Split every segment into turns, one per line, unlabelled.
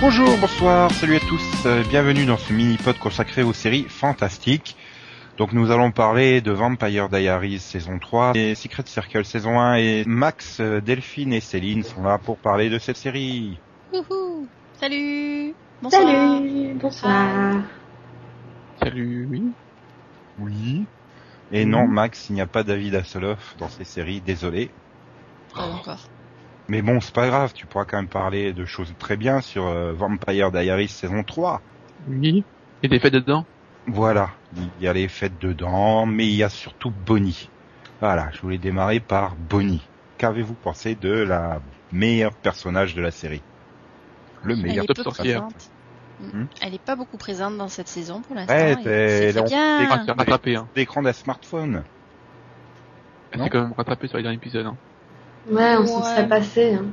Bonjour, bonsoir, salut à tous, euh, bienvenue dans ce mini-pod consacré aux séries fantastiques. Donc nous allons parler de Vampire Diaries saison 3 et Secret Circle saison 1 et Max, euh, Delphine et Céline sont là pour parler de cette série.
Wouhou Salut Bonsoir
Salut, bonsoir.
Salut, oui.
Oui. Et non Max, il n'y a pas David Hasselhoff dans ces séries, désolé.
Pas Ah, encore.
Mais bon, c'est pas grave, tu pourras quand même parler de choses très bien sur euh, Vampire Diaries saison 3.
Oui. Et des faits dedans
Voilà, il y a les fêtes dedans, mais il y a surtout Bonnie. Voilà, je voulais démarrer par Bonnie. Qu'avez-vous pensé de la meilleure personnage de la série Le
Elle
meilleur
est peu
top sorcière.
présente. Mm.
Hmm.
Elle est pas beaucoup présente dans cette saison pour l'instant.
Ouais,
et
t'es-
c'est
on-
bien.
t'es-
Ah, c'est rattrapé, hein.
d'écran d'un smartphone.
Elle
Non.
s'est quand même rattrapée sur les derniers épisodes, hein.
Ouais, on s'en
Ouais.
serait passé. Hein.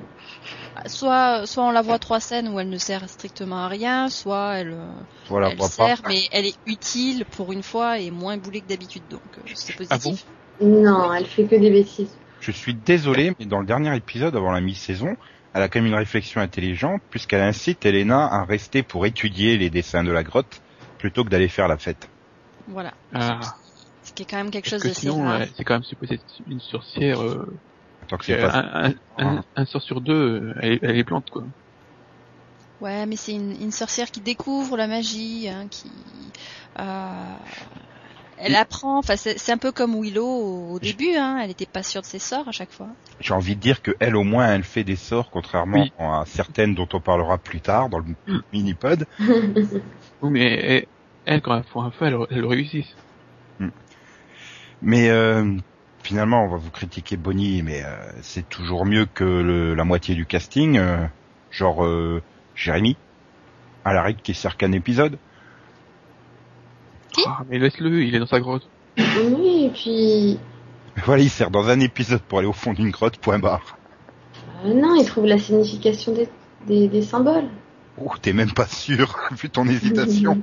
Soit, soit on la voit trois scènes où elle ne sert strictement à rien, soit elle, euh,
Voilà,
elle
on va pas-
sert, mais elle est utile pour une fois et moins boulée que d'habitude, donc euh, c'est positif.
Ah bon
Non, elle fait que des bêtises.
Je suis désolé, mais dans le dernier épisode avant la mi-saison, elle a quand même une réflexion intelligente puisqu'elle incite Elena à rester pour étudier les dessins de la grotte plutôt que d'aller faire la fête.
Voilà.
Ah.
Ce qui est quand même quelque
Parce
chose
que
de
sinon,
rare.
euh, c'est quand même supposé être une sorcière. euh,
Tant que
qui,
c'est
euh,
pas Ah.
un, un, un, un sort sur deux, euh, elle, est- elle est plante, quoi.
Ouais, mais c'est une, une sorcière qui découvre la magie, hein, qui euh, elle apprend. Enfin, c'est c'est un peu comme Willow au, au
Je-
début. Hein, elle était pas sûre de ses sorts à chaque fois.
J'ai envie de dire que elle au moins elle fait des sorts contrairement
Oui. Mm.
à certaines dont on parlera plus tard dans le mini-pod.
Oui, mais elle, elle, quand elle fait un feu, elle, elle réussit.
Mais euh, finalement on va vous critiquer Bonnie mais euh, c'est toujours mieux que le- la moitié du casting euh, genre euh, Jérémy Alaric qui sert qu'un épisode.
Qui
Ah, mais laisse-le, il est dans sa grotte.
Ah oui, et puis...
Voilà, il sert dans un épisode pour aller au fond d'une grotte point barre.
euh, non, il trouve la signification des, des, des symboles.
Oh, t'es même pas sûr vu ton hésitation.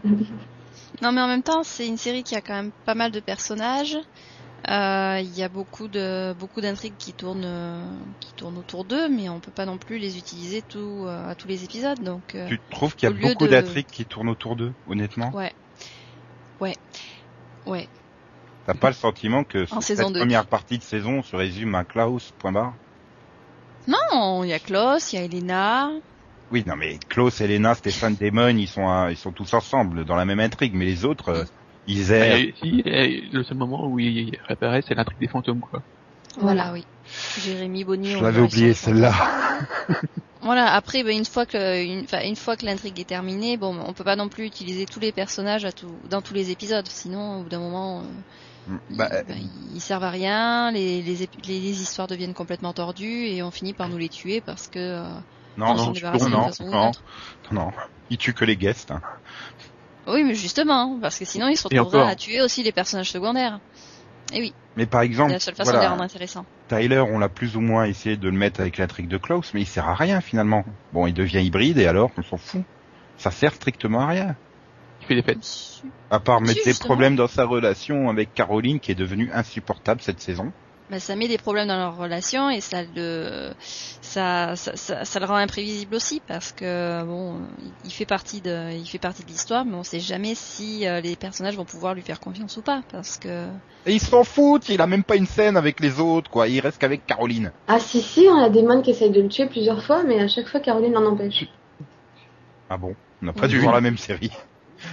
Non, mais en même temps, c'est une série qui a quand même pas mal de personnages. Euh, Il y a beaucoup de beaucoup d'intrigues qui tournent euh, qui tournent autour d'eux, mais on peut pas non plus les utiliser tout, euh, à tous les épisodes. Donc euh,
tu trouves qu'il y
Au
a
lieu
beaucoup
de-
d'intrigues qui tournent autour d'eux, honnêtement
ouais,
T'as pas le sentiment que
En
cette
saison deux.
première partie de saison se résume à Klaus point barre
non, il y a Klaus, il y a Elena.
Oui, non, mais Klaus, Elena, Stéphane, Damon, ils sont, à- ils sont tous ensemble dans la même intrigue, mais les autres, euh, ils errent.
Ah, Et si, et le seul moment où il réapparaît, c'est l'intrigue des fantômes, quoi.
Voilà, Ah oui. Jérémy Bonnier.
Je
on
l'avais
voit, ils sont
oublié
ensemble.
celle-là.
Voilà, après, ben, une fois que, une, enfin, une fois que l'intrigue est terminée, bon, on peut pas non plus utiliser tous les personnages à tout, dans tous les épisodes, sinon, au bout d'un moment, euh,
Bah,
ils, ben, ils servent à rien, les, les, ép- les, les histoires deviennent complètement tordues et on finit par nous les tuer parce que euh,
non,
on s'en
non,
débarrasse
non,
d'une
non,
façon ou d'une
non,
autre.
non. Ils tuent que les guests. hein.
Oui, mais justement, parce que sinon, ils se
Et
retrouveraient
encore.
à tuer aussi les personnages secondaires.
Mais par
C'est
exemple,
la seule façon de les
voilà,
rendre intéressants.
Tyler, on l'a plus ou moins essayé de le mettre avec l'intrigue de Klaus, mais il sert à rien finalement. Bon, il devient hybride et alors, on s'en fout. Ça sert strictement à rien.
Il fait des fêtes.
À part
Si,
mettre des
justement.
problèmes dans sa relation avec Caroline qui est devenue insupportable cette saison.
Bah, ça met des problèmes dans leur relation et ça le ça ça, ça, ça le rend imprévisible aussi parce que bon il fait partie de il fait partie de l'histoire mais on sait jamais si euh, les personnages vont pouvoir lui faire confiance ou pas parce que
Et il s'en fout, il a même pas une scène avec les autres, quoi. Il reste qu'avec Caroline.
ah si, si, on a des mônes qui essayent de le tuer plusieurs fois, mais à chaque fois, Caroline l'en empêche.
Ah bon On n'a pas
Oui.
dû voir la même série.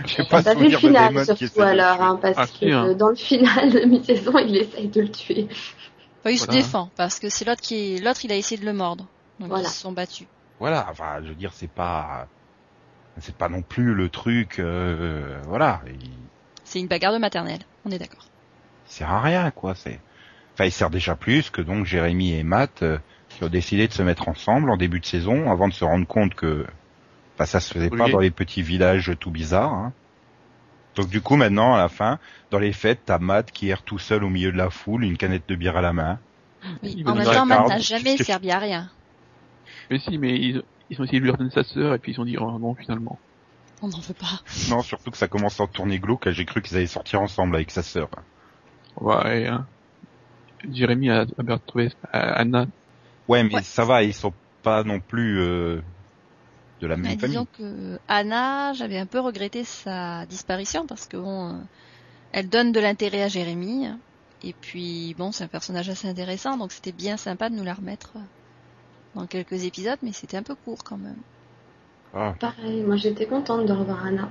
J'ai pas
T'as vu
souvenir
le
de
final,
Damon qui
surtout,
essaie de-
alors, hein, parce
Ah,
que
si, hein.
euh, dans le final de mi-saison, il essaye de le tuer.
enfin, il se
Voilà.
défend parce que c'est l'autre qui est l'autre il a essayé de le mordre donc
Voilà.
ils se sont battus
Voilà, enfin, je veux dire, c'est pas, c'est pas non plus le truc, euh, voilà, il
c'est une bagarre de maternelle on est d'accord
sert à rien, quoi. C'est, enfin, il sert déjà plus que donc Jérémy et Matt euh, qui ont décidé de se mettre ensemble en début de saison, avant de se rendre compte que, bah, ça se faisait pas
Obligé.
dans les petits villages tout bizarres. hein. Donc du coup, maintenant, à la fin, dans les fêtes, t'as Matt qui erre tout seul au milieu de la foule, une canette de bière à la main.
oui.
Il
en
veut
même
nous
temps
arrêter,
Matt
hein,
n'a
tout ce
jamais
que-
servi à rien
Mais si, mais ils, ils ont essayé de lui redonner sa sœur, et puis ils ont dit, oh non, finalement.
on n'en veut pas
Non, surtout que ça commence à tourner glauque. J'ai cru qu'ils allaient sortir ensemble avec sa sœur.
Ouais, hein. Jérémy a, a bien retrouvé euh, Anna.
Ouais, mais
Ouais.
ça va, ils sont pas non plus euh, de la même
Mais
famille.
Bah, disons que Anna, j'avais un peu regretté sa disparition parce que bon, euh, elle donne de l'intérêt à Jérémy. Et puis bon, c'est un personnage assez intéressant, donc c'était bien sympa de nous la remettre euh, dans quelques épisodes, mais c'était un peu court quand même.
Ah,
Pareil, moi j'étais contente de revoir Anna.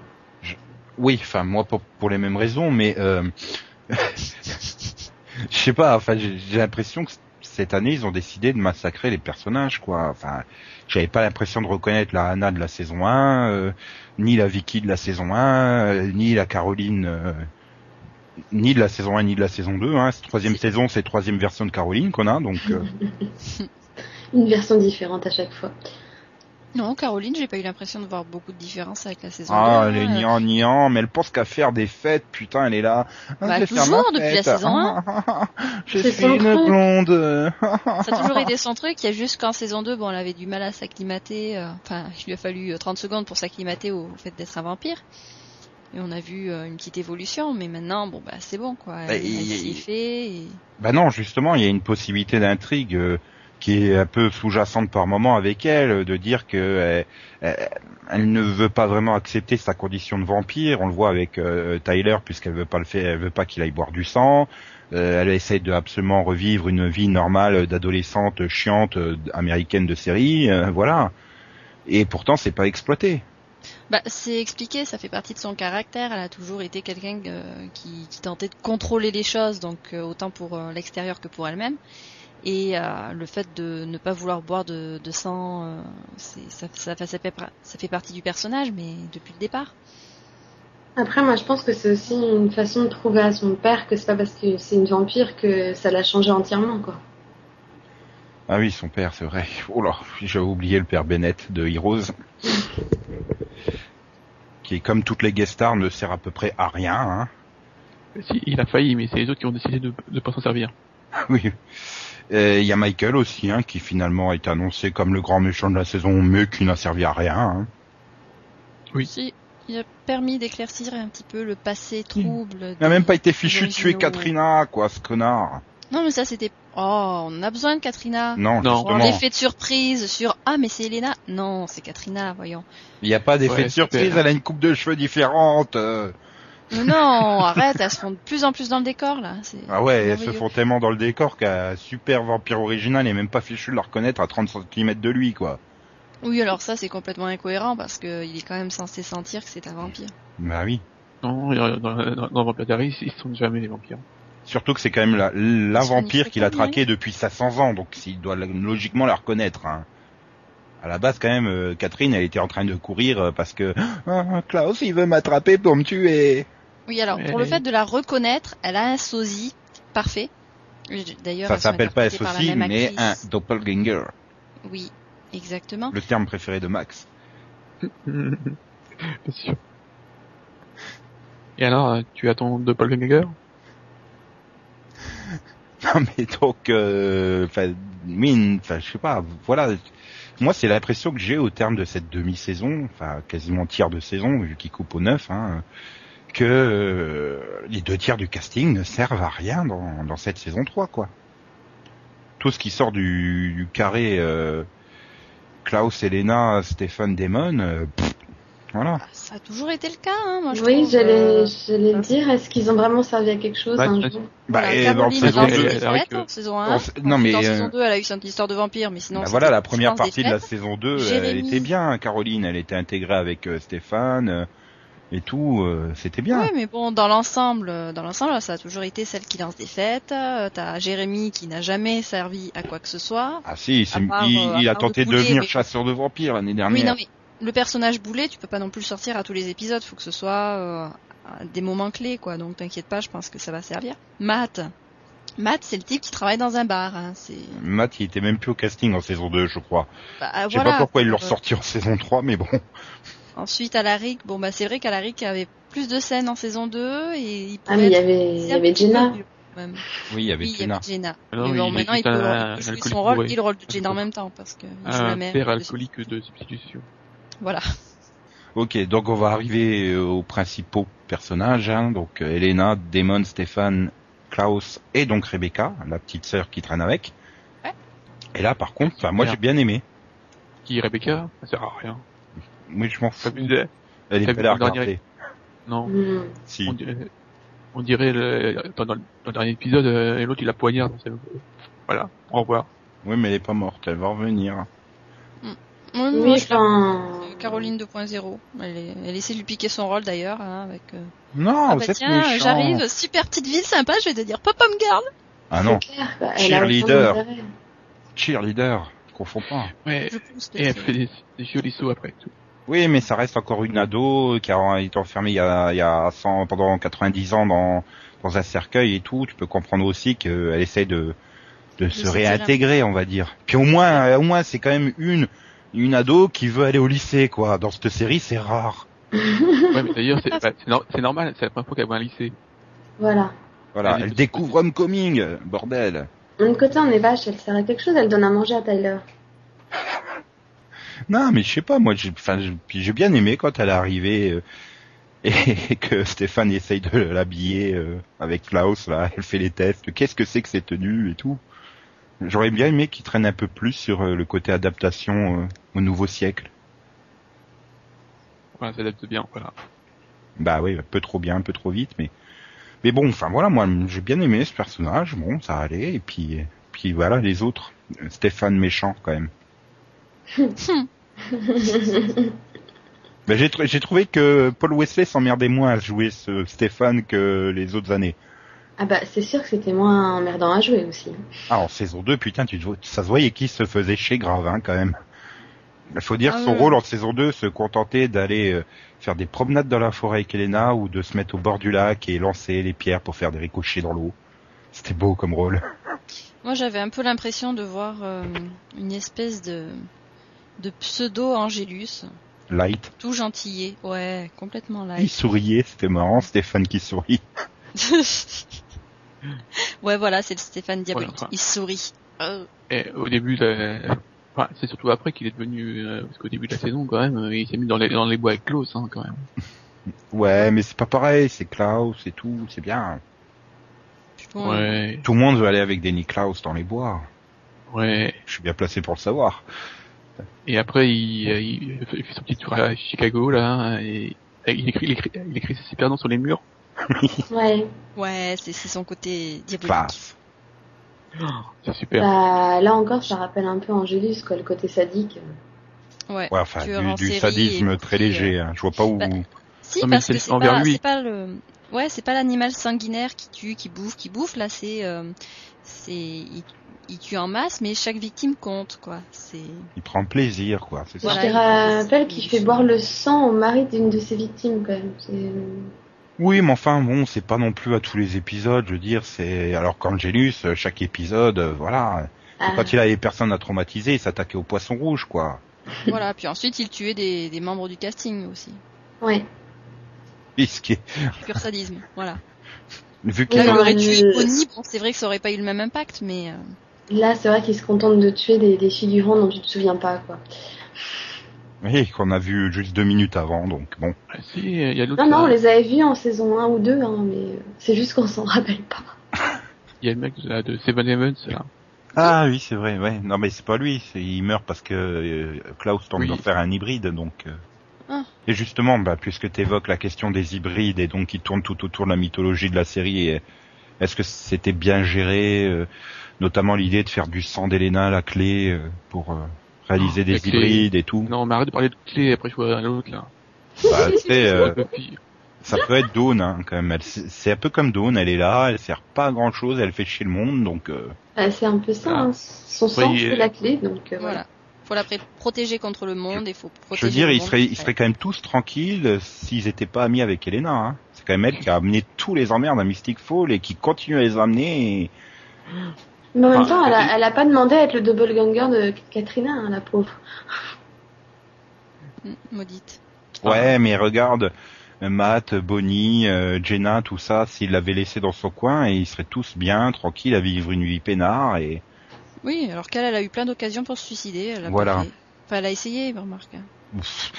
oui, enfin moi pour, pour les mêmes raisons, mais euh, je sais pas. Enfin, j'ai j'ai l'impression que cette année ils ont décidé de massacrer les personnages, quoi. Enfin, j'avais pas l'impression de reconnaître la Hannah de la saison 1, euh, ni la Vicky de la saison 1, euh, ni la Caroline. euh, ni de la saison 1 ni de la saison 2 hein. Cette troisième saison c'est troisième version de Caroline qu'on a donc euh,
Une version différente à chaque fois.
Non, Caroline, j'ai pas eu l'impression de voir beaucoup de différence avec la saison 2.
Ah, elle est
hein.
niant, niant, mais elle pense qu'à faire des fêtes, putain, elle est là. Ah,
Bah,
je vais faire
toujours,
ma
depuis la
fête.
saison
Ah, ah, ah, ah, je
C'est
suis
son
une
truc.
blonde.
Ça a toujours été son truc. Il y a juste qu'en saison 2, bon, elle avait du mal à s'acclimater. euh, Enfin, il lui a fallu euh, 30 secondes pour s'acclimater au au fait d'être un vampire. Et on a vu euh, une petite évolution, mais maintenant, bon, bah, c'est bon, quoi.
Bah,
Elle,
il-
elle s'y est
il-
fait. et-
Bah non, justement, il y a une possibilité d'intrigue euh, qui est un peu sous-jacente par moment avec elle, euh, de dire que euh, euh, elle ne veut pas vraiment accepter sa condition de vampire. On le voit avec euh, Tyler, puisqu'elle veut pas le faire, elle veut pas qu'il aille boire du sang. Euh, elle essaie de absolument revivre une vie normale d'adolescente chiante euh, américaine de série, euh, voilà. Et pourtant, c'est pas exploité.
Bah, c'est expliqué, ça fait partie de son caractère. Elle a toujours été quelqu'un euh, qui, qui tentait de contrôler les choses, donc euh, autant pour euh, l'extérieur que pour elle-même. Et euh, le fait de ne pas vouloir boire de, de sang, euh, c'est- ça, ça, ça fait, ça fait partie du personnage, mais depuis le départ.
Après, moi je pense que c'est aussi une façon de prouver à son père que c'est pas parce que c'est une vampire que ça l'a changé entièrement, quoi.
Ah oui, son père, c'est vrai. Oh là, j'avais oublié le père Bennett de Heroes. qui, comme toutes les guest stars, ne sert à peu près à rien. Hein.
Si, il a failli, mais c'est les autres qui ont décidé de ne pas s'en servir.
Oui. Euh, Il y a Michael aussi, hein, qui finalement est annoncé comme le grand méchant de la saison, mais qui n'a servi à rien. hein.
Oui.
Si, il a permis d'éclaircir un petit peu le passé trouble.
Il n'a même
des-
pas été fichu de
des
tuer
originaux.
Katrina, quoi, ce connard.
Non, mais ça c'était. Oh, on a besoin de Katrina.
Non,
Non.
Bon,
justement.
L'effet de surprise sur Ah, mais c'est Elena. Non, c'est Katrina, voyons.
Il n'y a pas d'effet
Ouais,
de surprise,
super.
elle a une coupe de cheveux différente. euh.
Mais non, arrête, elles se font de plus en plus dans le décor là. C'est
Ah ouais, elles se
merveilleux.
font tellement dans le décor qu'un super vampire original est même pas fichu de la reconnaître à 30 cm de lui, quoi.
Oui, alors ça c'est complètement incohérent parce que il est quand même censé sentir que c'est un vampire.
Bah oui.
Non, dans, dans, dans Vampire Diaries, ils ne sont jamais les vampires.
Surtout que c'est quand même la, la
Parce qu'on
vampire
y
qu'il a
fait pas,
traqué depuis 500 ans, donc il doit la- logiquement la reconnaître. hein. À la base, quand même, euh, Catherine, elle était en train de courir euh, parce que Ah, Klaus, il veut m'attraper pour me tuer.
Oui, alors
Ouais.
pour le fait de la reconnaître, elle a un sosie parfait. D'ailleurs,
Ça
elles sont
s'appelle pas
interprétées par la
SOC,
même
mais un
actrice.
doppelganger,
Oui, exactement.
le terme préféré de Max.
Pas sûr. Et alors, euh, tu attends de Paul Gallagher
Non mais donc, euh, enfin, mine, enfin, je sais pas. Voilà, moi c'est l'impression que j'ai au terme de cette demi-saison, enfin quasiment tiers de saison vu qu'il coupe au neuf, hein, que euh, les deux tiers du casting ne servent à rien dans, dans cette saison 3 quoi. Tout ce qui sort du, du carré euh, Klaus, Elena, Stéphane, Damon, euh, pff, voilà.
Ah, Ça a toujours été le cas, hein, moi je
oui,
trouve,
j'allais
euh,
j'allais dire, est-ce qu'ils ont vraiment servi à quelque chose
Bah,
un
c'est-
jour
Bah,
voilà,
eh ben, en
Caroline, elle
saison
a
deux-
fait des
elle a
fêtes
que-
en hein, saison
en
1.
sa- non, mais,
En
euh,
saison 2, elle a eu son histoire de vampire, mais sinon.
Bah
c'était
voilà, la
une
première
séquence des
partie de la
fêtes.
saison 2, elle
Jérémy.
était bien. hein, Caroline, elle était intégrée avec euh, Stéphane euh, et tout, euh, c'était bien.
Oui, mais bon, dans l'ensemble, euh, dans l'ensemble, ça a toujours été celle qui lance des fêtes. euh, T'as Jérémy qui n'a jamais servi à quoi que ce soit.
Ah si, il, s'est-
À part,
il-
euh, à
il a
part le
tenté de
poulet,
devenir
mais-
chasseur de vampires l'année dernière.
Oui, non, mais le personnage boulet, tu peux pas non plus le sortir à tous les épisodes. Faut que ce soit euh, à des moments clés, quoi. Donc t'inquiète pas, je pense que ça va servir. Matt, Matt, c'est le type qui travaille dans un bar. Hein. C'est
Matt, il était même plus au casting en saison 2, je crois.
bah, ah,
Je sais pas pourquoi ils l'ont ressorti en saison 3, mais bon.
Euh, ensuite, Alaric, bon bah c'est vrai qu'Alaric avait plus de scènes en saison 2 et il
Ah,
pouvait
mais il y
être-
avait, il y
un
avait
petit peu
Jenna.
mieux, quand même.
Oui, avec
Oui, il y avait Jenna.
Alors,
mais bon,
il est
maintenant, il
juste
peut,
un-
il peut
un
jouer
alcoolique
son rôle
bourré.
et le rôle de Jenna en
Alcoolique.
même temps, parce que il joue la
Un
mère.
père
de-
alcoolique de substitution.
Voilà.
Ok, donc on va arriver euh, aux principaux personnages. hein. donc euh, Elena, Damon, Stéphane, Klaus et donc Rebecca, la petite sœur qui traîne avec.
Ouais.
Et là, par contre, enfin, moi
Super.
j'ai bien aimé.
Qui, Rebecca Ça sert à rien.
Oui, je m'en fous.
T'as vu le-
Elle est
t'as
pas
vu
là à
le dernier
regarder.
Non.
Hmm.
Si.
On dirait, on dirait le, dans, dans le dans le dernier épisode, euh, et l'autre il la poignarde. c'est- Voilà, au revoir.
Oui, mais elle est pas morte. Elle va revenir.
Oui,
Oui,
moi, je la-
enfin,
euh, Caroline 2.0. Elle, est- elle essaie de lui piquer son rôle d'ailleurs. hein, avec, euh,
Non,
ah
vous
bah
êtes
tiens,
méchants.
j'arrive, super petite ville, sympa, je vais te dire Pop Home Girl.
Ah non,
C'est clair, quoi. Elle a aucun
Cheerleader.
intérêt.
cheerleader. Confonds pas.
Ouais,
Je pousse le
et elle
trait.
fait des, des jolis sauts après.
Oui, mais ça reste encore une ado qui a été enfermée il y a, il y a 100, pendant 90 ans dans, dans un cercueil et tout. Tu peux comprendre aussi qu'elle essaie de, de se
sortir.
réintégrer, on va dire. Puis au moins, euh, au moins, c'est quand même une, une ado qui veut aller au lycée, quoi. Dans cette série, c'est rare.
Ouais, mais d'ailleurs, c'est bah, c'est nor- c'est normal, c'est la première fois qu'elle voit un lycée.
Voilà.
Voilà,
Elle est
elle
toute
découvre Homecoming, bordel.
D'un côté, on est vache, elle sert à quelque chose, elle donne à manger à Tyler.
Non, mais je sais pas, moi, j'ai, enfin, j'ai- puis j'ai bien aimé quand elle est arrivée euh, et que Stéphane essaye de l'habiller euh, avec Klaus, là, elle fait les tests, qu'est-ce que c'est que cette tenue et tout. J'aurais bien aimé qu'il traîne un peu plus sur euh, le côté adaptation euh, au nouveau siècle.
Voilà, ça adapte bien, voilà.
Bah oui, un peu trop bien, un peu trop vite, mais mais bon, enfin voilà, moi j'ai bien aimé ce personnage, bon, ça allait, et puis euh, puis voilà les autres, Euh, Stéphane méchant quand même. Mais Bah, j'ai tr- j'ai trouvé que Paul Wesley s'emmerdait moins à jouer ce Stéphane que les autres années.
ah bah, c'est sûr que c'était moins emmerdant à jouer aussi.
Ah, en saison 2, putain, tu te vois- ça se voyait qui se faisait chier grave, hein, quand même. Il faut dire
Ah
que son
ouais.
rôle en saison 2, se contentait d'aller euh, faire des promenades dans la forêt avec Elena ou de se mettre au bord du lac et lancer les pierres pour faire des ricochets dans l'eau. C'était beau comme rôle.
Moi, j'avais un peu l'impression de voir euh, une espèce de, de pseudo-Angélus,
Light.
tout gentillé. Ouais, complètement
Il
light.
souriait, c'était marrant, Stéphane qui sourit.
ouais, voilà, c'est le Stéphane Diabolique.
Ouais, enfin.
Il sourit. Euh,
Et au début, la- enfin, c'est surtout après qu'il est devenu, euh, parce qu'au début de la saison, quand même, euh, il s'est mis dans les, dans les bois avec Klaus, hein, quand même.
Ouais, mais c'est pas pareil, c'est Klaus et tout, c'est bien.
bon,
Ouais,
Tout le monde veut aller avec Danny Klaus dans les bois.
ouais.
Je suis bien placé pour le savoir.
Et après, il, euh, il fait- il fait son petit tour à Chicago, là, et et il écrit, il écrit, il écrit ses perdants sur les murs.
Ouais.
Ouais, c'est c'est son côté diabolique.
Face.
C'est super.
Bah, là encore, ça rappelle un peu Angelus, quoi, le côté sadique.
Ouais.
Ouais, enfin,
Tueur en
du, du
série et
sadisme très
puis, euh,
léger. hein. Je vois pas où.
bah, Si,
Non, mais
parce
c'est
que c'est
envers
pas,
lui.
c'est pas le. Ouais, c'est pas l'animal sanguinaire qui tue, qui bouffe, qui bouffe. Là, c'est. euh, c'est il, il tue en masse, mais chaque victime compte, quoi. C'est.
Il prend plaisir, quoi. C'est
Voilà,
Je
il-
te rappelle qu'il
il-
fait boire le sang au mari d'une de ses victimes, quand même. C'est-
Oui, mais enfin, bon, c'est pas non plus à tous les épisodes, je veux dire, c'est... Alors qu'Angelus, euh, chaque épisode, euh, voilà,
Ah,
quand il a les personnes à traumatiser, il s'attaquait aux poissons rouges, quoi.
voilà, puis ensuite, il tuait des, des membres du casting aussi.
ah, ouais.
Et ce qui est-
Pur sadisme, voilà.
Vu
Oui,
qu'il
Là, il
non,
aurait
mais-
tué Bonnie, bon, c'est vrai que ça aurait pas eu le même impact, mais. euh,
Là, c'est vrai qu'il se contente de tuer des, des figurants dont tu te souviens pas, quoi.
Oui, qu'on a vu juste deux minutes avant, donc bon.
Ah, si, il y a l'autre,
Non, non, on
euh,
les avait vus en saison 1 ou 2, hein, mais euh, c'est juste qu'on s'en rappelle pas.
il y a le mec là, de Seven Evans, là.
Ah oui, c'est vrai, ouais. Non, mais c'est pas lui, c'est- il meurt parce que euh, Klaus tente
Oui.
d'en faire un hybride, donc... euh.
Ah.
Et justement, bah, puisque t'évoques la question des hybrides et donc qui tourne tout autour de la mythologie de la série, et est-ce que c'était bien géré, euh, notamment l'idée de faire du sang d'Elena à la clé euh, pour euh, réaliser
Ah, la
des
clé.
hybrides et tout
Non, mais arrête de parler de clé, après je vois l'autre, là.
Bah, tu sais, euh,
Le pire.
ça peut être Dawn hein, quand même. Elle- C'est c'est un peu comme Dawn, elle est là, elle sert pas à grand chose, elle fait chier le monde, donc euh,
Bah, c'est un peu ça,
Ah.
hein. son sang,
Oui,
c'est
euh,
la clé, donc euh, voilà.
Voilà. Faut la pré- protéger contre le monde et faut protéger.
je veux dire,
le
ils
monde.
seraient, ils seraient quand même tous tranquilles euh, s'ils étaient pas amis avec Elena. Hein. C'est quand même elle qui a amené tous les emmerdes à Mystic Fall et qui continue à les amener. et-
Mais en même
Enfin,
temps, elle
et-
a, elle a pas demandé à être le double ganger de Katrina, hein, la pauvre.
Mm, Maudite.
Ouais, mais regarde, euh, Matt, Bonnie, euh, Jenna, tout ça, s'ils l'avaient laissé dans son coin, et ils seraient tous bien, tranquilles à vivre une vie peinard et
Oui, alors qu'elle, elle a eu plein d'occasions pour se suicider. Elle a pas
Voilà.
fait. Enfin, elle a essayé, remarque.
Ouf.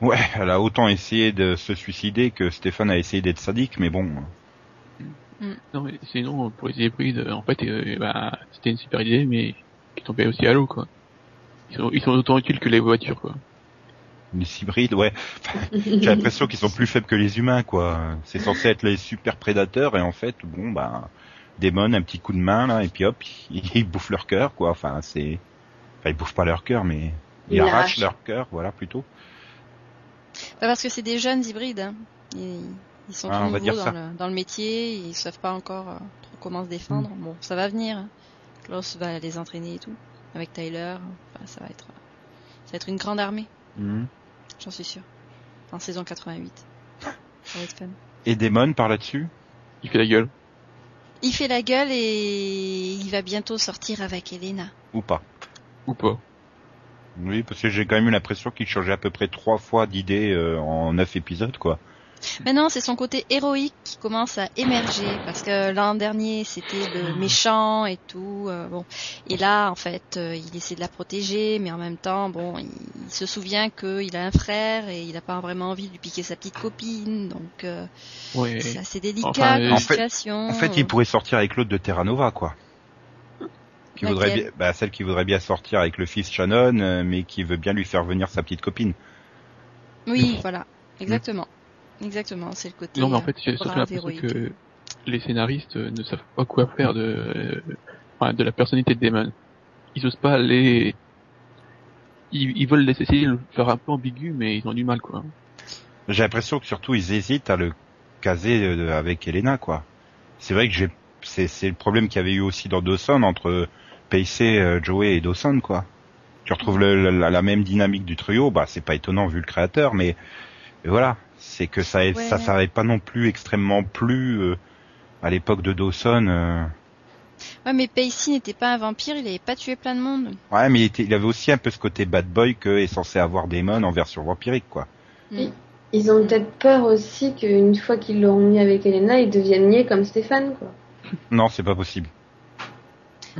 Ouais, elle a autant essayé de se suicider que Stéphane a essayé d'être sadique, mais bon.
Non, mais sinon, pour les hybrides, euh, en fait, euh, bah, c'était une super idée, mais qui tombait aussi à l'eau, quoi. Ils sont, ils sont autant utiles que les voitures, quoi.
Les hybrides, ouais. Enfin, J'ai l'impression qu'ils sont plus faibles que les humains, quoi. C'est censé être les super prédateurs et en fait, bon, bah, démon, un petit coup de main, là, et puis hop, ils, ils bouffent leur cœur, quoi. Enfin, c'est, enfin, ils bouffent pas leur cœur, mais ils,
Ils
arrachent,
arrachent.
leur cœur, voilà, plutôt.
Bah, parce que c'est des jeunes hybrides. hein. Ils, ils sont
Ah,
tout
on va
nouveaux
dire
dans
ça.
le, dans le métier, ils savent pas encore euh, trop comment se défendre.
Mm.
Bon, ça va venir. hein. Klaus va les entraîner et tout, avec Tyler. Enfin, ça va être, ça va être une grande armée,
Mhm.
j'en suis sûr. En saison 88. Ça va être fun.
Et démon par là-dessus.
Il fait la gueule.
Il fait la gueule et il va bientôt sortir avec Elena.
Ou pas.
Ou pas.
Oui, parce que j'ai quand même eu l'impression qu'il changeait à peu près trois fois d'idée euh, en neuf épisodes, quoi.
Maintenant, c'est son côté héroïque qui commence à émerger parce que l'an dernier, c'était
Ah.
le méchant et tout. euh, bon, et là, en fait, euh, il essaie de la protéger, mais en même temps, bon, il, il se souvient qu'il a un frère et il n'a pas vraiment envie de lui piquer sa petite copine, donc euh,
Ouais.
c'est assez délicat
Enfin,
comme
en
fait-
situation.
En fait, il pourrait sortir avec l'autre de Terra Nova, quoi. Qui voudrait
Laquelle
bien, bah, celle qui voudrait bien sortir avec le fils Shannon, euh, mais qui veut bien lui faire venir sa petite copine.
Oui, voilà, exactement, exactement, c'est le côté. euh,
Non, mais en fait, j'ai
brave,
surtout l'impression
héroïque.
que les scénaristes euh, ne savent pas quoi faire de, euh, enfin, de la personnalité de Damon. Ils osent pas les. Ils, ils veulent laisser- essayer de le faire un peu ambigu, mais ils ont du mal, quoi.
J'ai l'impression que surtout ils hésitent à le caser euh, avec Elena, quoi. C'est vrai que j'ai, c'est, c'est le problème qu'il y avait eu aussi dans Dawson entre Pacey, euh, Joey et Dawson, quoi. Tu retrouves le- la, la même dynamique du trio, bah c'est pas étonnant vu le créateur, mais mais voilà, c'est que ça, ça savait pas non plus extrêmement plus euh, à l'époque de Dawson. euh.
Ouais, mais Pacey n'était pas un vampire, il n'avait pas tué plein de monde.
Ouais, mais il, était- il avait aussi un peu ce côté bad boy que est censé avoir Damon en version vampirique, quoi.
Oui. Ils ont peut-être peur aussi qu'une fois qu'ils l'auront mis avec Elena, ils deviennent liés comme Stéphane, quoi.
Non, c'est pas possible.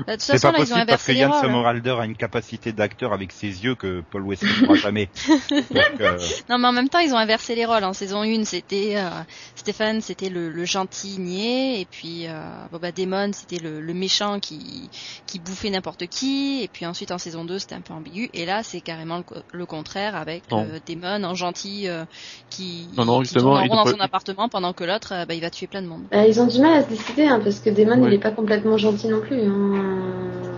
Bah, de toute
C'est
façon,
pas
là, ils ont
possible parce que
inversé les
Yann
rôles.
Somerhalder a une capacité d'acteur avec ses yeux que Paul Wesley ne pourra jamais. Donc, euh,
Non, mais en même temps, ils ont inversé les rôles. En saison 1, c'était euh, Stéphane, c'était le, le gentil niais, et puis euh, Boba Damon, c'était le, le méchant qui, qui bouffait n'importe qui, et puis ensuite en saison 2, c'était un peu ambigu, et là, c'est carrément le, co- le contraire avec
Non.
euh, Damon en gentil euh, qui,
Non, non,
qui
justement,
tourne en
ils
rond
ont
dans
pas-
son appartement pendant que l'autre, euh, bah, il va tuer plein de monde.
Bah, ils ont du mal à se décider, hein, parce que Damon,
Ouais.
il est pas complètement gentil non plus. hein.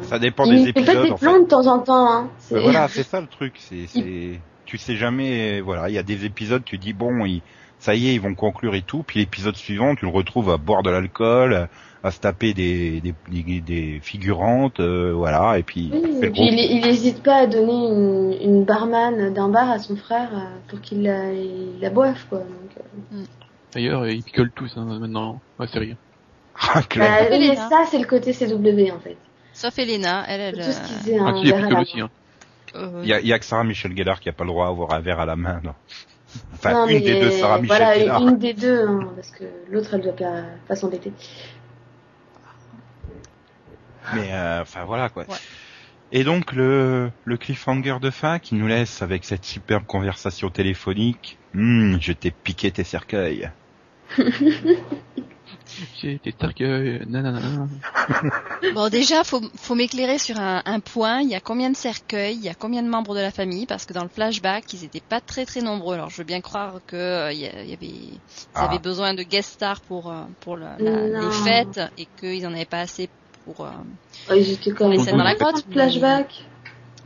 ça dépend
il
des
fait pas
épisodes
des
en
plans
fait.
de temps en temps. Hein. C'est-
Mais voilà, c'est ça le truc. C'est, c'est, tu sais jamais. euh, Voilà, il y a des épisodes, tu dis bon, ils- ça y est, ils vont conclure et tout. Puis l'épisode suivant, tu le retrouves à boire de l'alcool, à se taper des des, des- des figurantes, euh, voilà. Et puis,
Oui,
il fait
et
le
puis
gros.
il, il hésite pas à donner une, une barman d'un bar à son frère euh, pour qu'il la, il la boive, quoi. Donc, euh.
D'ailleurs, ils picolent tous, hein, maintenant, en série.
Ah, clair.
Bah, oui,
Elena.
mais ça, c'est le côté CW, en fait.
Sauf Elena, elle, elle...
Tout ce
euh,
qu'ils aient
Ah,
un
si, les
verre Mmh, à la
picolent
main.
aussi, hein.
euh,
Il y a, il y a que Sarah Michel Gellar qui a pas le droit d'avoir un verre à la main. Non. Enfin,
Non,
une des
mais
deux Sarah Michel
voilà,
Gellar.
une des deux, hein, parce que l'autre, elle doit pas pas s'embêter.
Mais euh, enfin voilà quoi.
Ouais.
Et donc le, le cliffhanger de fin qui nous laisse avec cette superbe conversation téléphonique. Hmm, je t'ai piqué tes cercueils.
J'ai été cercueil, nanana.
Bon, déjà, faut, faut m'éclairer sur un, un point. Il y a combien de cercueils Il y a combien de membres de la famille Parce que dans le flashback, ils étaient pas très très nombreux. Alors, je veux bien croire que euh, il y a- il y avait, ils
Ah.
avaient besoin de guest stars pour euh, pour la- la- les
Non.
fêtes et qu'ils en avaient pas assez pour. euh,
Oh, ils étaient quand même
Ils étaient dans la
contents,
grotte,
le flashback.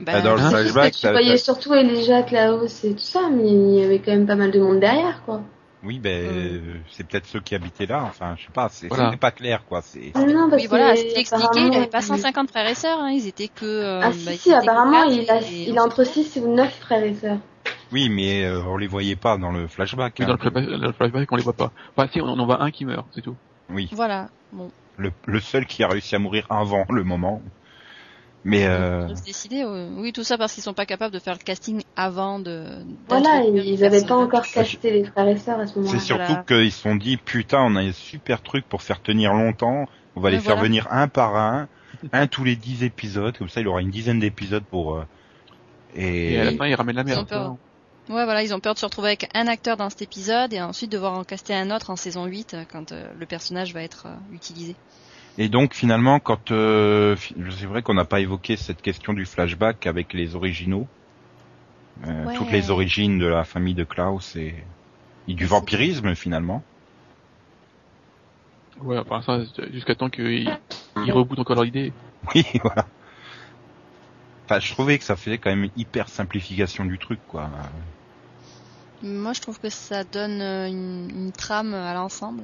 bah,
Ah, dans le
c'est-
flashback,
C'est juste que tu
t'as-
voyais
t'as-
surtout Elijah, Klaus et tout ça, mais il y avait quand même pas mal de monde derrière, quoi.
Oui, ben
Mm.
euh, c'est peut-être ceux qui habitaient là. Enfin, je sais pas. C'est
Voilà.
c'était pas clair quoi. C'est
Non, parce
Ah, Oui, voilà, c'était
que
expliqué. Il
apparemment,
n'y avait pas
il-
150 frères et sœurs. hein. Ils étaient que. euh,
Ah
bah,
si,
ils
si,
étaient que
apparemment,
quatre,
il a,
et-
il a entre 6 ou 9 frères et sœurs.
oui, mais euh, on les voyait pas dans le flashback.
Mais
hein.
dans le flashback, dans le flashback, on les voit pas. Enfin, si, on en on voit un qui meurt, c'est tout.
Oui,
Voilà. Bon,
le, le seul qui a réussi à mourir avant le moment. Mais euh,
ils se décidaient. euh, Oui, tout ça parce qu'ils sont pas capables de faire le casting avant de.
Voilà,
d'introduire
ils
les
ils avaient pas
personnages.
encore casté les frères et sœurs à ce
c'est
moment-là.
surtout
voilà.
qu'ils se sont dit putain, on a un super truc pour faire tenir longtemps. On va les
Ouais,
faire
voilà.
venir un par un, un tous les dix épisodes. Comme ça, il aura une dizaine d'épisodes pour. euh,
Et,
et
à la fin, ils ramènent la
Ils ont
merde.
peur. Ouais, voilà, ils ont peur de se retrouver avec un acteur dans cet épisode et ensuite devoir en caster un autre en saison 8 euh, quand euh, le personnage va être euh, utilisé.
Et donc finalement, quand euh, fi- c'est vrai qu'on n'a pas évoqué cette question du flashback avec les originaux, Euh,
Ouais.
Toutes les origines de la famille de Klaus et, et du
C'est-
vampirisme finalement.
Ouais, enfin ça, jusqu'à temps qu'ils
Mm.
ils rebootent encore leur idée.
Oui, voilà. Enfin, je trouvais que ça faisait quand même hyper simplification du truc, quoi.
Moi, je trouve que ça donne euh, une, une trame euh, à l'ensemble.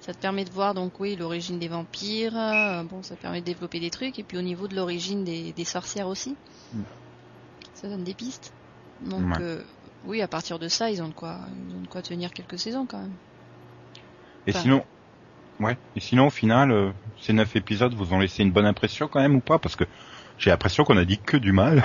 Ça te permet de voir, donc oui, l'origine des vampires. euh, bon, ça permet de développer des trucs. Et puis au niveau de l'origine des, des sorcières aussi,
Mm.
ça donne des pistes. Donc
Ouais.
euh, oui, à partir de ça, ils ont de quoi, ils ont de quoi tenir quelques saisons quand même.
Et
Enfin.
sinon, ouais. Et sinon, au final, euh, ces neuf épisodes vous ont laissé une bonne impression quand même ou pas Parce que j'ai l'impression qu'on a dit que du mal.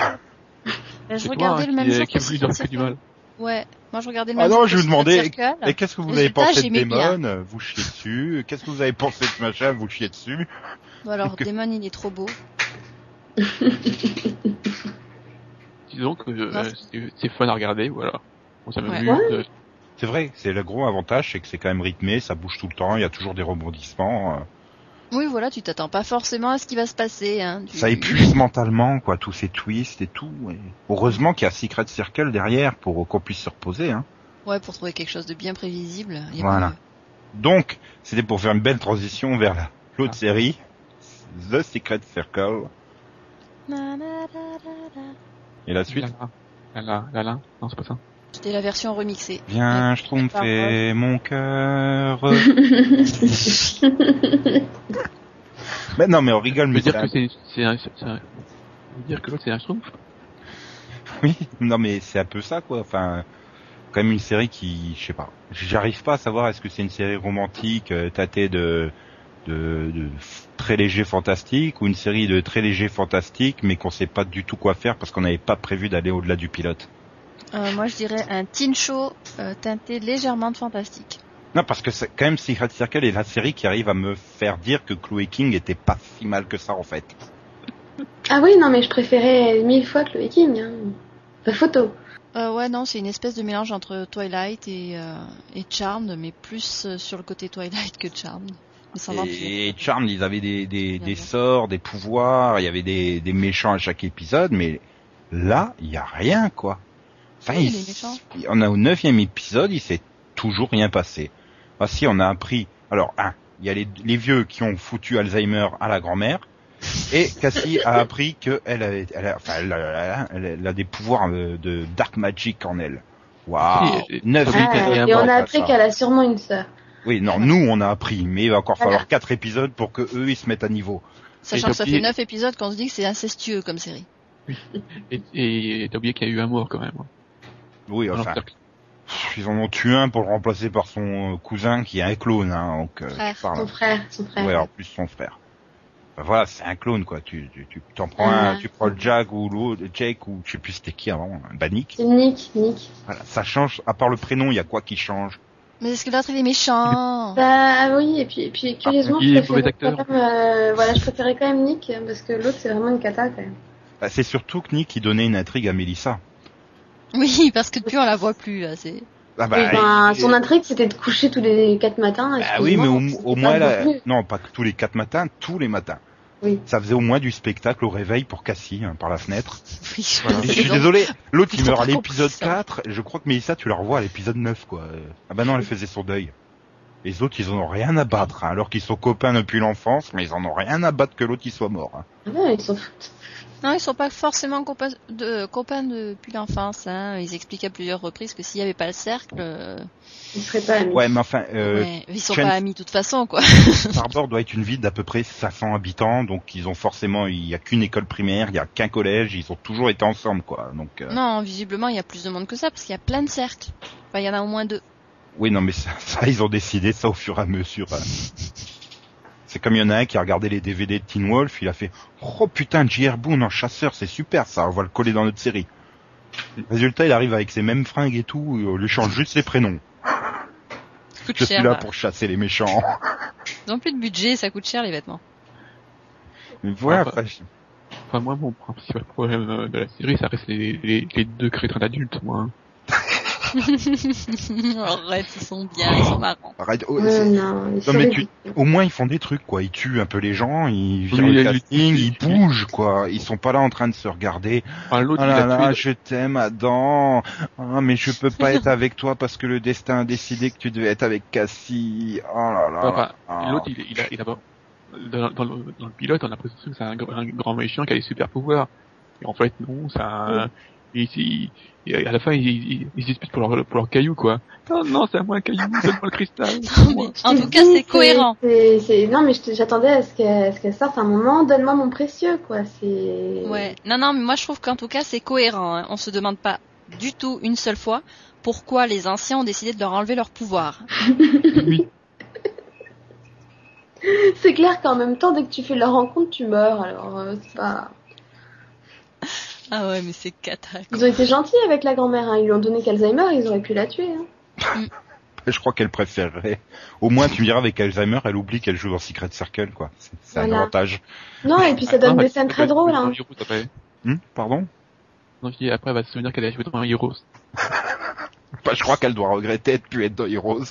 Bah, je
C'est
regardais
toi, hein,
le même
qui,
jour
qui a voulu dire que
Secret
du mal.
Ouais, moi je regardais le
Ah
même
non,
jour
je
que
vous demandais-
Secret Circle.
Et qu'est-ce que vous
Résultat,
avez pensé de
j'aimais bien.
Demon Vous chiez dessus. Qu'est-ce que vous avez pensé de machin Vous chiez dessus.
Bon, alors,
que-
Damon, il est trop beau.
Disons que euh,
Non, c'est-
c'est- c'est fun à regarder, voilà. On s'amuse.
Ouais.
euh,
C'est vrai. C'est le gros avantage, c'est que c'est quand même rythmé, ça bouge tout le temps. Il y a toujours des rebondissements. euh,
Oui, voilà, tu t'attends pas forcément à ce qui va se passer. Hein, tu-
Ça épuise mentalement, quoi, tous ces twists et tout. et Heureusement qu'il y a Secret Circle derrière pour qu'on puisse se reposer. Hein.
Ouais, pour trouver quelque chose de bien prévisible. il y a
Voilà.
pas
Donc, c'était pour faire une belle transition vers la- l'autre
Ah.
série, The Secret Circle.
de- Na, na, na, na, na.
Et la suite
Lala, lala, lala. Non, c'est pas ça.
C'était la version remixée.
Viens, je trompe mon cœur. mais non, mais on rigole,
Je
mais
veux dire
c'est
que c'est c'est un, c'est un- je veux dire que l'autre c'est un schtroumpf.
Oui, non mais c'est un peu ça quoi. Enfin, quand même une série qui, je sais pas, j'arrive pas à savoir est-ce que c'est une série romantique euh, tâtée de, de de f- très léger fantastique ou une série de très léger fantastique mais qu'on sait pas du tout quoi faire parce qu'on n'avait pas prévu d'aller au-delà du pilote.
Euh, moi, je dirais un teen show euh, teinté légèrement de fantastique.
Non parce que c'est quand même Secret Circle est la série qui arrive à me faire dire que Chloé King était pas si mal que ça en fait.
ah oui, non, mais je préférais mille fois que le Viking. Hein. Pas photo.
Euh, ouais, non, c'est une espèce de mélange entre Twilight et, euh, et Charmed, mais plus euh, sur le côté Twilight que Charmed. Mais sans vampire.
Et, et Charmed, ils avaient des, des, des
Évidemment.
sorts, des pouvoirs, il y avait des, des méchants à chaque épisode, mais là, il y a rien, quoi. Enfin,
Oui,
il-
les méchants.
il- on a au neuvième épisode, il s'est toujours rien passé. Ah si, on a appris. Alors, un, il y a les, les vieux qui ont foutu Alzheimer à la grand-mère, et Cassie a appris que elle avait, elle a, enfin, elle a, elle a- elle a des pouvoirs euh, de dark magic en elle. Waouh,
Si, et-
neuf
Ah,
épisodes,
et
Ah, et
quoi,
on a
ça.
appris qu'elle a sûrement une sœur.
Oui, non, nous on a appris, mais il va encore
Voilà.
falloir quatre épisodes pour que eux ils se mettent à niveau.
Sachant que ça
Éthiopie-
fait 9 épisodes qu'on se dit que c'est incestueux comme série.
Et et t'as oublié qu'il y a eu un mort quand même. hein.
Oui,
Dans
enfin,
le cercle.
pff, ils en ont tué un pour le remplacer par son euh, cousin qui est un clone, hein, donc euh,
Frère.
tu parles.
Son frère, son frère.
Ouais, en plus son frère. Enfin, voilà, c'est un clone quoi. Tu tu tu t'en prends un,
Ouais.
tu prends le Jack ou l'autre, Jake ou je sais plus c'était qui avant, hein, bah Nick.
C'est Nick, Nick.
Voilà, ça change. À part le prénom, il y a quoi qui change
Mais est-ce que l'autre, il est
Hein.
méchant
Bah oui, et puis, et puis
Ah,
curieusement,
il
je,
est
préférais
mauvais acteur.
quand même, euh, voilà, je préférais quand même Nick, parce que l'autre c'est vraiment une cata quand même.
Bah, C'est surtout que Nick il donnait une intrigue à Melissa.
Oui, parce que depuis, on la voit plus. Là, c'est...
Ah
Oui, ben,
et-
son intrigue c'était de coucher tous les quatre matins.
Bah oui, mais au,
excuse-moi,
au
c'était
moins,
Ah, pas
là,
beaucoup.
non, pas que tous les quatre matins, tous les matins.
Oui.
Ça faisait au moins du spectacle au réveil pour Cassie, hein, par la fenêtre.
Oui, je
Et
pense
je suis
que-
désolé, l'autre il
Ils ont
meurt à
pas
l'épisode
compris ça.
4, je crois que Mélissa, tu la revois à l'épisode 9, quoi. Euh, Ah bah non, elle faisait son deuil. Les autres, ils en ont rien à battre, hein, alors qu'ils sont copains depuis l'enfance, mais ils en ont rien à battre que l'autre, il soit mort. hein.
Ah non, ils s'en foutent.
Non, ils sont pas forcément compa- de, copains depuis l'enfance. Hein. Ils expliquent à plusieurs reprises que s'il n'y avait pas le cercle, euh,
Ils seraient pas amis.
Ouais, mais enfin, euh,
ouais, ils sont
Friends-
pas amis de toute façon, quoi.
Tarbor doit être une ville d'à peu près 500 habitants, donc ils ont forcément, il y a qu'une école primaire, il y a qu'un collège, ils ont toujours été ensemble, quoi. Donc, euh,
Non, visiblement, il y a plus de monde que ça parce qu'il y a plein de cercles. Enfin, il y en a au moins deux.
Oui, non, mais ça, ça, ils ont décidé ça au fur et à mesure. hein. C'est comme il y en a un qui a regardé les DVD de Teen Wolf, il a fait Oh putain, J.R. Boone en chasseur, c'est super ça, on va le coller dans notre série. Résultat, il arrive avec ses mêmes fringues et tout, et on lui change juste les prénoms.
Ça coûte
Je
cher.
suis là
bah.
pour chasser les méchants.
Ils ont plus de budget, ça coûte cher les vêtements.
Mais voilà,
Ah,
enfin, je-
Enfin moi mon principal problème euh, de la série ça reste les, les, les deux crétins d'adultes moi. hein.
Arrête, ils sont bien, ils sont marrants.
Arrête, oh,
Ouais,
c'est-
non, ils sont
mais
ridicules.
au moins ils font des trucs quoi, ils tuent un peu les gens, ils virent
Oui,
le
il y a du-
casting, ils bougent quoi, ils sont pas là en train de se regarder.
Enfin, l'autre,
Ah
il
là
a
là,
Oh, tué.
je t'aime Adam, ah, mais je peux pas être avec toi parce que le destin a décidé que tu devais être avec Cassie. Oh là là.
Enfin,
là.
l'autre, il, il a, il a pas- dans, dans le, dans le pilote, on a l'impression que c'est un, gr- un grand méchant qui a des super pouvoirs. Et en fait, non, c'est un, et il- et à la fin, ils ils- ils se disputent pour leur, pour leur caillou, quoi. Non, non, c'est à moi le caillou, donne-moi le cristal. c'est à
Non,
Ah,
moi.
mais en tout cas, c'est cohérent.
C'est- c'est- Non, mais je- j'attendais à ce qu'elle à ce qu'elle sorte un moment, donne-moi mon précieux, quoi. C'est.
Ouais. Non, non, mais moi je trouve qu'en tout cas, c'est cohérent. hein. On se demande pas du tout une seule fois pourquoi les anciens ont décidé de leur enlever leur pouvoir.
C'est clair qu'en même temps, dès que tu fais la rencontre, tu meurs. Alors, euh, c'est pas.
Ah ouais, mais c'est cata.
Ils ont été gentils avec la grand-mère. hein. Ils lui ont donné qu'Alzheimer, ils auraient pu la tuer. Hein.
Je crois qu'elle préférerait. Au moins tu me diras avec Alzheimer, elle oublie qu'elle joue dans Secret Circle quoi. C'est c'est un
Voilà.
avantage.
Non, et puis ça
Ah,
donne
bah,
des scènes très drôles.
dans
Hein.
Heroes, après.
Hum, pardon
Donc, et après, elle va se souvenir qu'elle a joué dans un Heroes.
Bah, Je crois qu'elle doit regretter de plus être dans Heroes.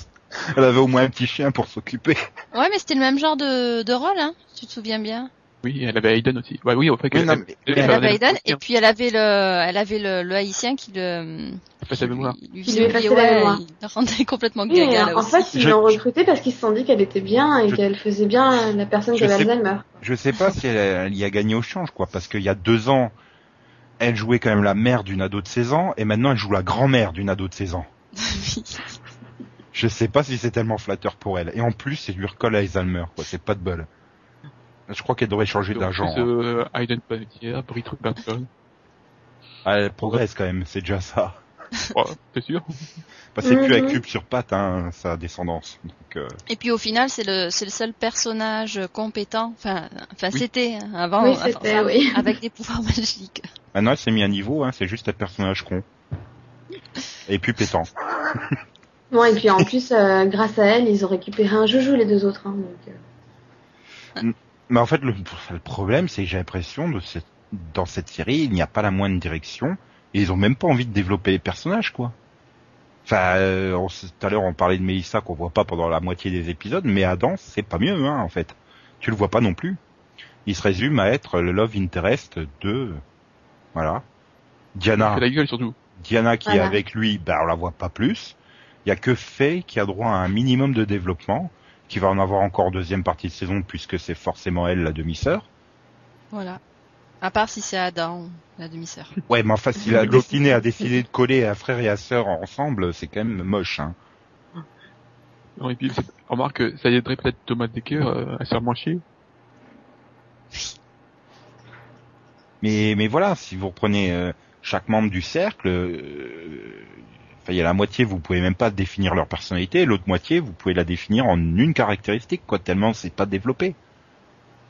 Elle avait au moins un petit chien pour s'occuper.
Ouais, mais c'était le même genre de, de rôle, hein. Tu te souviens bien.
Oui, elle avait Aiden aussi. Ouais, oui, en fait,
Mais
elle,
non, mais-
elle-
mais
elle
Elle
Bah,
avait
avait-
Aiden, et puis elle avait le, elle avait le, le haïtien qui Ah, le,
elle fait sa mémoire.
lui- lui
Qui lui
faisait
effaçait
oublier,
la
ouais,
mémoire.
il la rendait complètement
Oui,
gaga, là
euh, en
aussi.
fait, ils
Je-
l'ont recrutée parce qu'ils se sont dit qu'elle était bien et
Je-
qu'elle faisait bien la personne qui
Je
avait
sais-
Alzheimer.
Je sais pas si elle, elle y a gagné au change, quoi, parce qu'il y a deux ans, elle jouait quand même la mère d'une ado de 16 ans, et maintenant elle joue la grand-mère d'une ado de 16 ans. Je sais pas si c'est tellement flatteur pour elle. Et en plus, c'est lui recolle à Alzheimer, quoi, c'est pas de bol. Je crois qu'elle devrait changer
Donc,
d'agent.
plus, euh, Aiden Panettiere, Brit Robertson.
Ah, elle progresse quand même, c'est déjà ça.
Oh, T'es sûr
Bah, c'est plus à
Mhm.
cube sur patte, hein, sa descendance. Donc, euh,
Et puis au final, c'est le, c'est le seul personnage compétent. Enfin, enfin,
Oui.
c'était hein, avant,
oui,
enfin,
c'était,
enfin,
oui.
avec des pouvoirs magiques.
maintenant elle s'est mis à niveau, hein, c'est juste un personnage con. Et puis pétant.
Bon, et puis en plus, euh, grâce à elle, ils ont récupéré un joujou, les deux autres. Hein, donc, euh.
Mais en fait, le, le problème, c'est que j'ai l'impression de cette, dans cette série, il n'y a pas la moindre direction et ils ont même pas envie de développer les personnages, quoi. Enfin, euh, on s- tout à l'heure, on parlait de Mélissa qu'on voit pas pendant la moitié des épisodes, mais Adam, c'est pas mieux, hein, en fait. Tu le vois pas non plus. Il se résume à être le love interest de, voilà, Diana.
Fait la gueule surtout.
Diana qui est
Voilà.
avec lui, bah, on la voit pas plus. Il y a que Faye qui a droit à un minimum de développement, qui va en avoir encore en deuxième partie de saison puisque c'est forcément elle la demi-sœur.
Voilà. À part si c'est Adam, la demi-sœur.
Ouais, mais enfin, si la destinée a décidé de coller à frère et à sœur ensemble, c'est quand même moche, hein.
Non, et puis, c'est- remarque, que ça aiderait peut-être Thomas Decker euh, à se faire moins chier.
Mais, mais voilà, si vous reprenez euh, chaque membre du cercle, euh, enfin, il y a la moitié, vous pouvez même pas définir leur personnalité, l'autre moitié, vous pouvez la définir en une caractéristique, quoi, tellement c'est pas développé.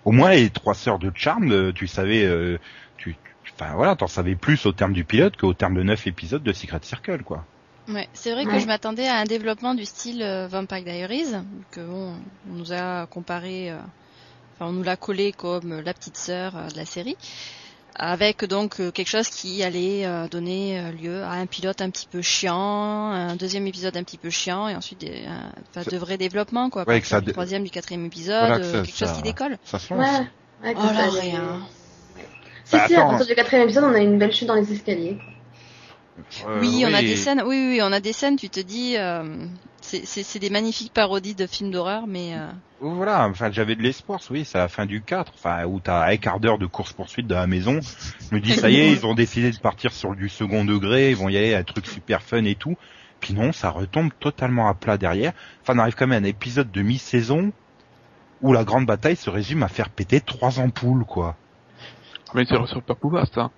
Au moins, les trois sœurs de Charme, euh, tu savais, euh, tu, tu- enfin voilà, t'en savais plus au terme du pilote qu'au terme de neuf épisodes de Secret Circle, quoi.
Ouais, c'est vrai que
Ouais.
je m'attendais à un développement du style euh, Vampire Diaries, que bon, on nous a comparé, euh, enfin on nous l'a collé comme la petite sœur euh, de la série, avec donc euh, quelque chose qui allait euh, donner euh, lieu à un pilote un petit peu chiant, un deuxième épisode un petit peu chiant, et ensuite des- un- enfin,
Ça-
de vrais développements quoi, à
Ouais, que
partir
ça
du
dé-
troisième, du quatrième épisode,
Voilà, que
euh,
ça-
quelque
ça-
chose qui décolle.
Ça se
Ouais,
lance.
ouais, que
Oh là,
ça-
rien.
Si,
Bah,
si, à
attends.
partir du quatrième épisode, on a une belle chute dans les escaliers.
Euh,
oui, on a des scènes. Oui, oui, on a des scènes. Tu te dis, euh, c'est- c'est c'est des magnifiques parodies de films d'horreur, mais euh,
Oh, Voilà, enfin j'avais de l'espoir, oui, c'est la fin du 4, enfin où t'as un quart d'heure de course poursuite dans la maison. Je me dis ça y est, ils ont décidé de partir sur du second degré, ils vont y aller à un truc super fun et tout. Puis non, ça retombe totalement à plat derrière. Enfin, on arrive quand même à un épisode de mi-saison où la grande bataille se résume à faire péter trois ampoules, quoi.
Mais c'est leur super pouvoir, ça.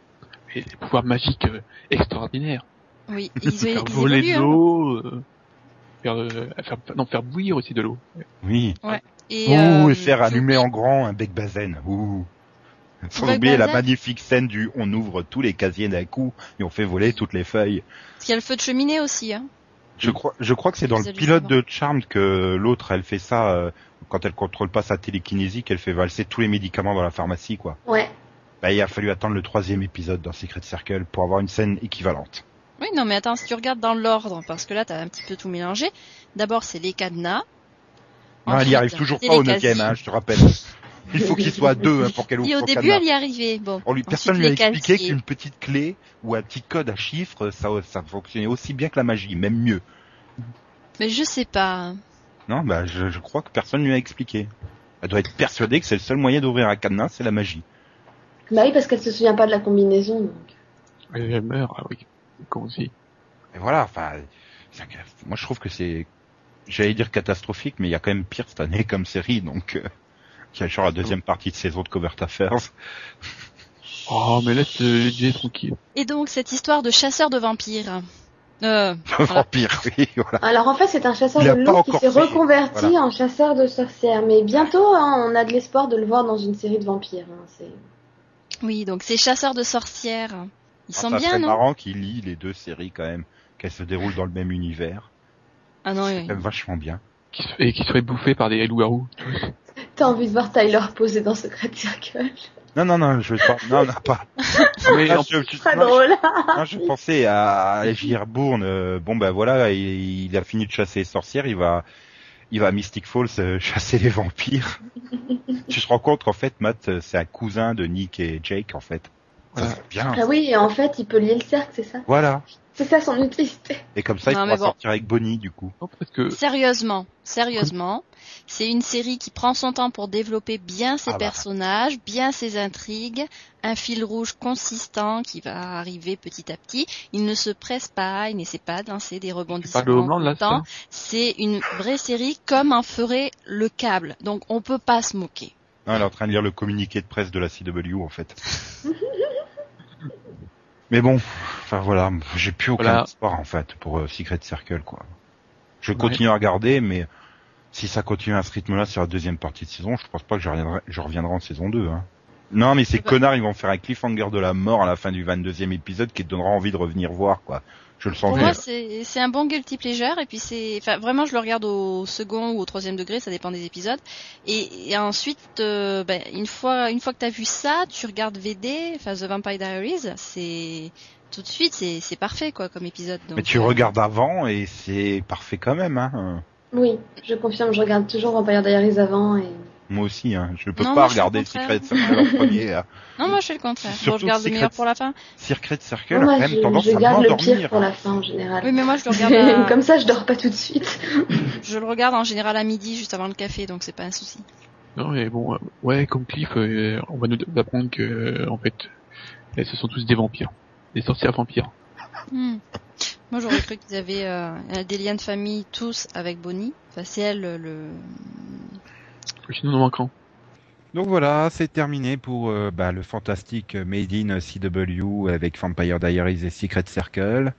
Et des pouvoirs magiques euh, extraordinaires.
oui, ils,
Faire
ils
voler
évoluent,
de
hein.
l'eau, euh, faire, euh, faire, non, faire bouillir aussi de l'eau.
Oui.
Et,
Ouh, Et,
euh,
faire allumer en grand un bec bazen. Ouh. Sans
Bec
oublier la
Bazen.
magnifique scène du on ouvre tous les casiers d'un coup et on fait voler toutes les feuilles.
Parce qu'il y a le feu de cheminée aussi. Hein.
Je crois, je crois que c'est dans le
C'est
pilote de Charmed que l'autre, elle fait ça euh, quand elle contrôle pas sa télékinésie, qu'elle fait valser tous les médicaments dans la pharmacie, quoi.
Ouais.
Bah, il a fallu attendre le troisième épisode dans Secret Circle pour avoir une scène équivalente.
Oui, non, mais attends, si tu regardes dans l'ordre, parce que là, t'as un petit peu tout mélangé. D'abord, c'est les cadenas.
Non, Ah, elle Hein, y
Ensuite,
arrive toujours
c'est
pas au
les
neuvième,
casiers.
hein, je te rappelle. Il faut qu'il soit à deux hein, pour qu'elle ouvre
Et au
son
début,
cadenas.
elle y arrivait. Bon.
On lui,
Ensuite,
personne lui a
les
expliqué
casiers.
qu'une petite clé ou un petit code à chiffres, ça, ça fonctionnait aussi bien que la magie, même mieux.
Mais je sais pas.
Non, bah, je, je crois que personne lui a expliqué. Elle doit être persuadée que c'est le seul moyen d'ouvrir un cadenas, c'est la magie.
Bah oui, parce qu'elle se souvient pas de la combinaison. donc.
Et elle meurt, ah oui. Con aussi.
Et voilà, enfin, c'est- moi je trouve que c'est, j'allais dire catastrophique, mais il y a quand même pire cette année comme série, donc euh, il y a genre la deuxième partie de saison de Covert Affairs.
Oh, mais laisse euh, Jay tranquille.
Et donc, cette histoire de chasseur de vampires. Euh,
Vampire, oui, voilà.
Alors en fait, c'est un chasseur
Il a
de
pas
loups qui
encore
s'est
fait,
reconverti
voilà.
en chasseur de sorcières. Mais bientôt, hein, on a de l'espoir de le voir dans une série de vampires. hein, c'est-
oui, donc ces chasseurs de sorcières. Ils sont
Enfin,
bien,
Ah, c'est
non
marrant qu'il lit les deux séries quand même, qu'elles se déroulent dans le même univers.
Ah non,
c'est
oui.
quand même vachement bien.
Qui se- Et qui se fait bouffer par des loups-garous.
T'as envie de voir Tyler posé dans Secret Circle
Non, non, non, je veux pas. Non, non, pas.
Mais
Ah,
en-
je, je-
Très
non,
drôle.
je- non, je pensais à J.R. Bourne. euh, Bon, ben voilà, il, il a fini de chasser les sorcières. Il va, il va à Mystic Falls euh, chasser les vampires. tu te rends compte qu'en fait, Matt, euh, c'est un cousin de Nick et Jake, en fait. Ça,
Voilà.
c'est bien.
Ah oui, et en fait, il peut lier le cercle, c'est ça
Voilà.
C'est ça son utilité.
Et comme ça, il
Non,
pourra
mais bon.
sortir avec Bonnie, du coup.
non, parce que
Sérieusement, sérieusement, c'est une série qui prend son temps pour développer bien ses
Ah bah.
personnages, bien ses intrigues, un fil rouge consistant qui va arriver petit à petit. Il ne se presse pas, il n'essaie pas de lancer des
tu
rebondissements.
parles au blanc,
tout
là,
le
c'est ça
temps. C'est une vraie série comme en ferait le câble. Donc on peut pas se moquer.
Non, Hein, elle est en train de lire le communiqué de presse de la CW, en fait. Mais bon, enfin voilà, j'ai plus aucun
Voilà.
espoir, en fait, pour euh, Secret Circle, quoi. Je continue à regarder, mais si ça continue à ce rythme-là sur la deuxième partie de saison, je pense pas que je reviendrai, je reviendrai en saison 2, hein. Non, mais ces
bah.
connards, ils vont faire un cliffhanger de la mort à la fin du 22e épisode qui te donnera envie de revenir voir, quoi. Je le sens
Pour
bien.
moi, c'est c'est un bon guilty pleasure. Et puis, c'est, enfin, vraiment, je le regarde au second ou au troisième degré, ça dépend des épisodes. Et, et ensuite, euh, ben, une fois, une fois que t'as vu ça, tu regardes VD, enfin, The Vampire Diaries, c'est tout de suite, c'est c'est parfait, quoi, comme épisode. Donc,
Mais tu
euh,
regardes avant et c'est parfait quand même, hein.
Oui, je confirme, je regarde toujours Vampire Diaries avant et...
Moi aussi, hein. Je peux
Non,
pas
moi, je fais le
regarder
contraire.
Secret Circle en premier, hein.
Non, moi, je fais le contraire.
C'est
Bon,
surtout
je garde le
Secret-
meilleur pour la fin.
Secret Circle
Moi,
a quand même
je,
tendance
je
à
garde le pire
m'endormir.
pour la fin en général.
Oui, mais moi, je le regarde, à-
Comme ça, je dors pas tout de suite.
je le regarde en général à midi, juste avant le café, donc c'est pas un souci.
Non, mais bon, euh, ouais, comme Cliff, euh, on va nous apprendre que, euh, en fait, euh, ce sont tous des vampires. Des sorcières vampires.
Hmm. Moi, j'aurais cru qu'ils avaient euh, des liens de famille tous avec Bonnie. Enfin, c'est elle le- le,
Sinon, nous manquons.
Donc voilà, c'est terminé pour euh, bah, le fantastique Made in CW avec Vampire Diaries et Secret Circle.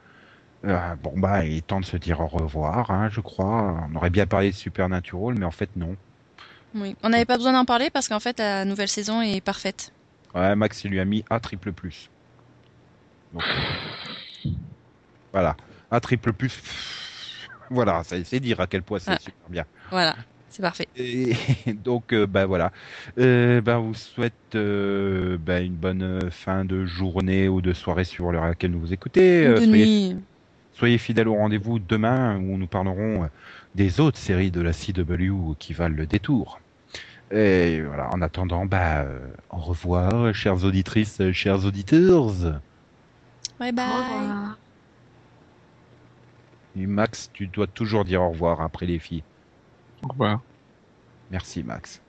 Euh, bon bah, il est temps de se dire au revoir, hein, je crois. On aurait bien parlé de Supernatural, mais en fait non.
Oui, on n'avait pas besoin d'en parler parce qu'en fait la nouvelle saison est parfaite.
Ouais, Max il lui a mis A triple plus. Donc, voilà, A triple plus. Voilà, ça- c'est dire à quel point c'est
Ah.
super bien.
Voilà, c'est parfait.
Et donc, euh, bah voilà. Euh, bah, on vous souhaite euh, bah, une bonne euh, fin de journée ou de soirée sur l'heure à laquelle nous vous écoutez. Euh,
de
soyez,
nuit.
soyez fidèles au rendez-vous demain où nous parlerons euh, des autres séries de la CW qui valent le détour. Et voilà, en attendant, bah, euh, au revoir, chères auditrices, euh, chers auditeurs.
Bye bye.
Au revoir.
Et Max, tu dois toujours dire au revoir après les filles.
Au revoir.
Merci, Max.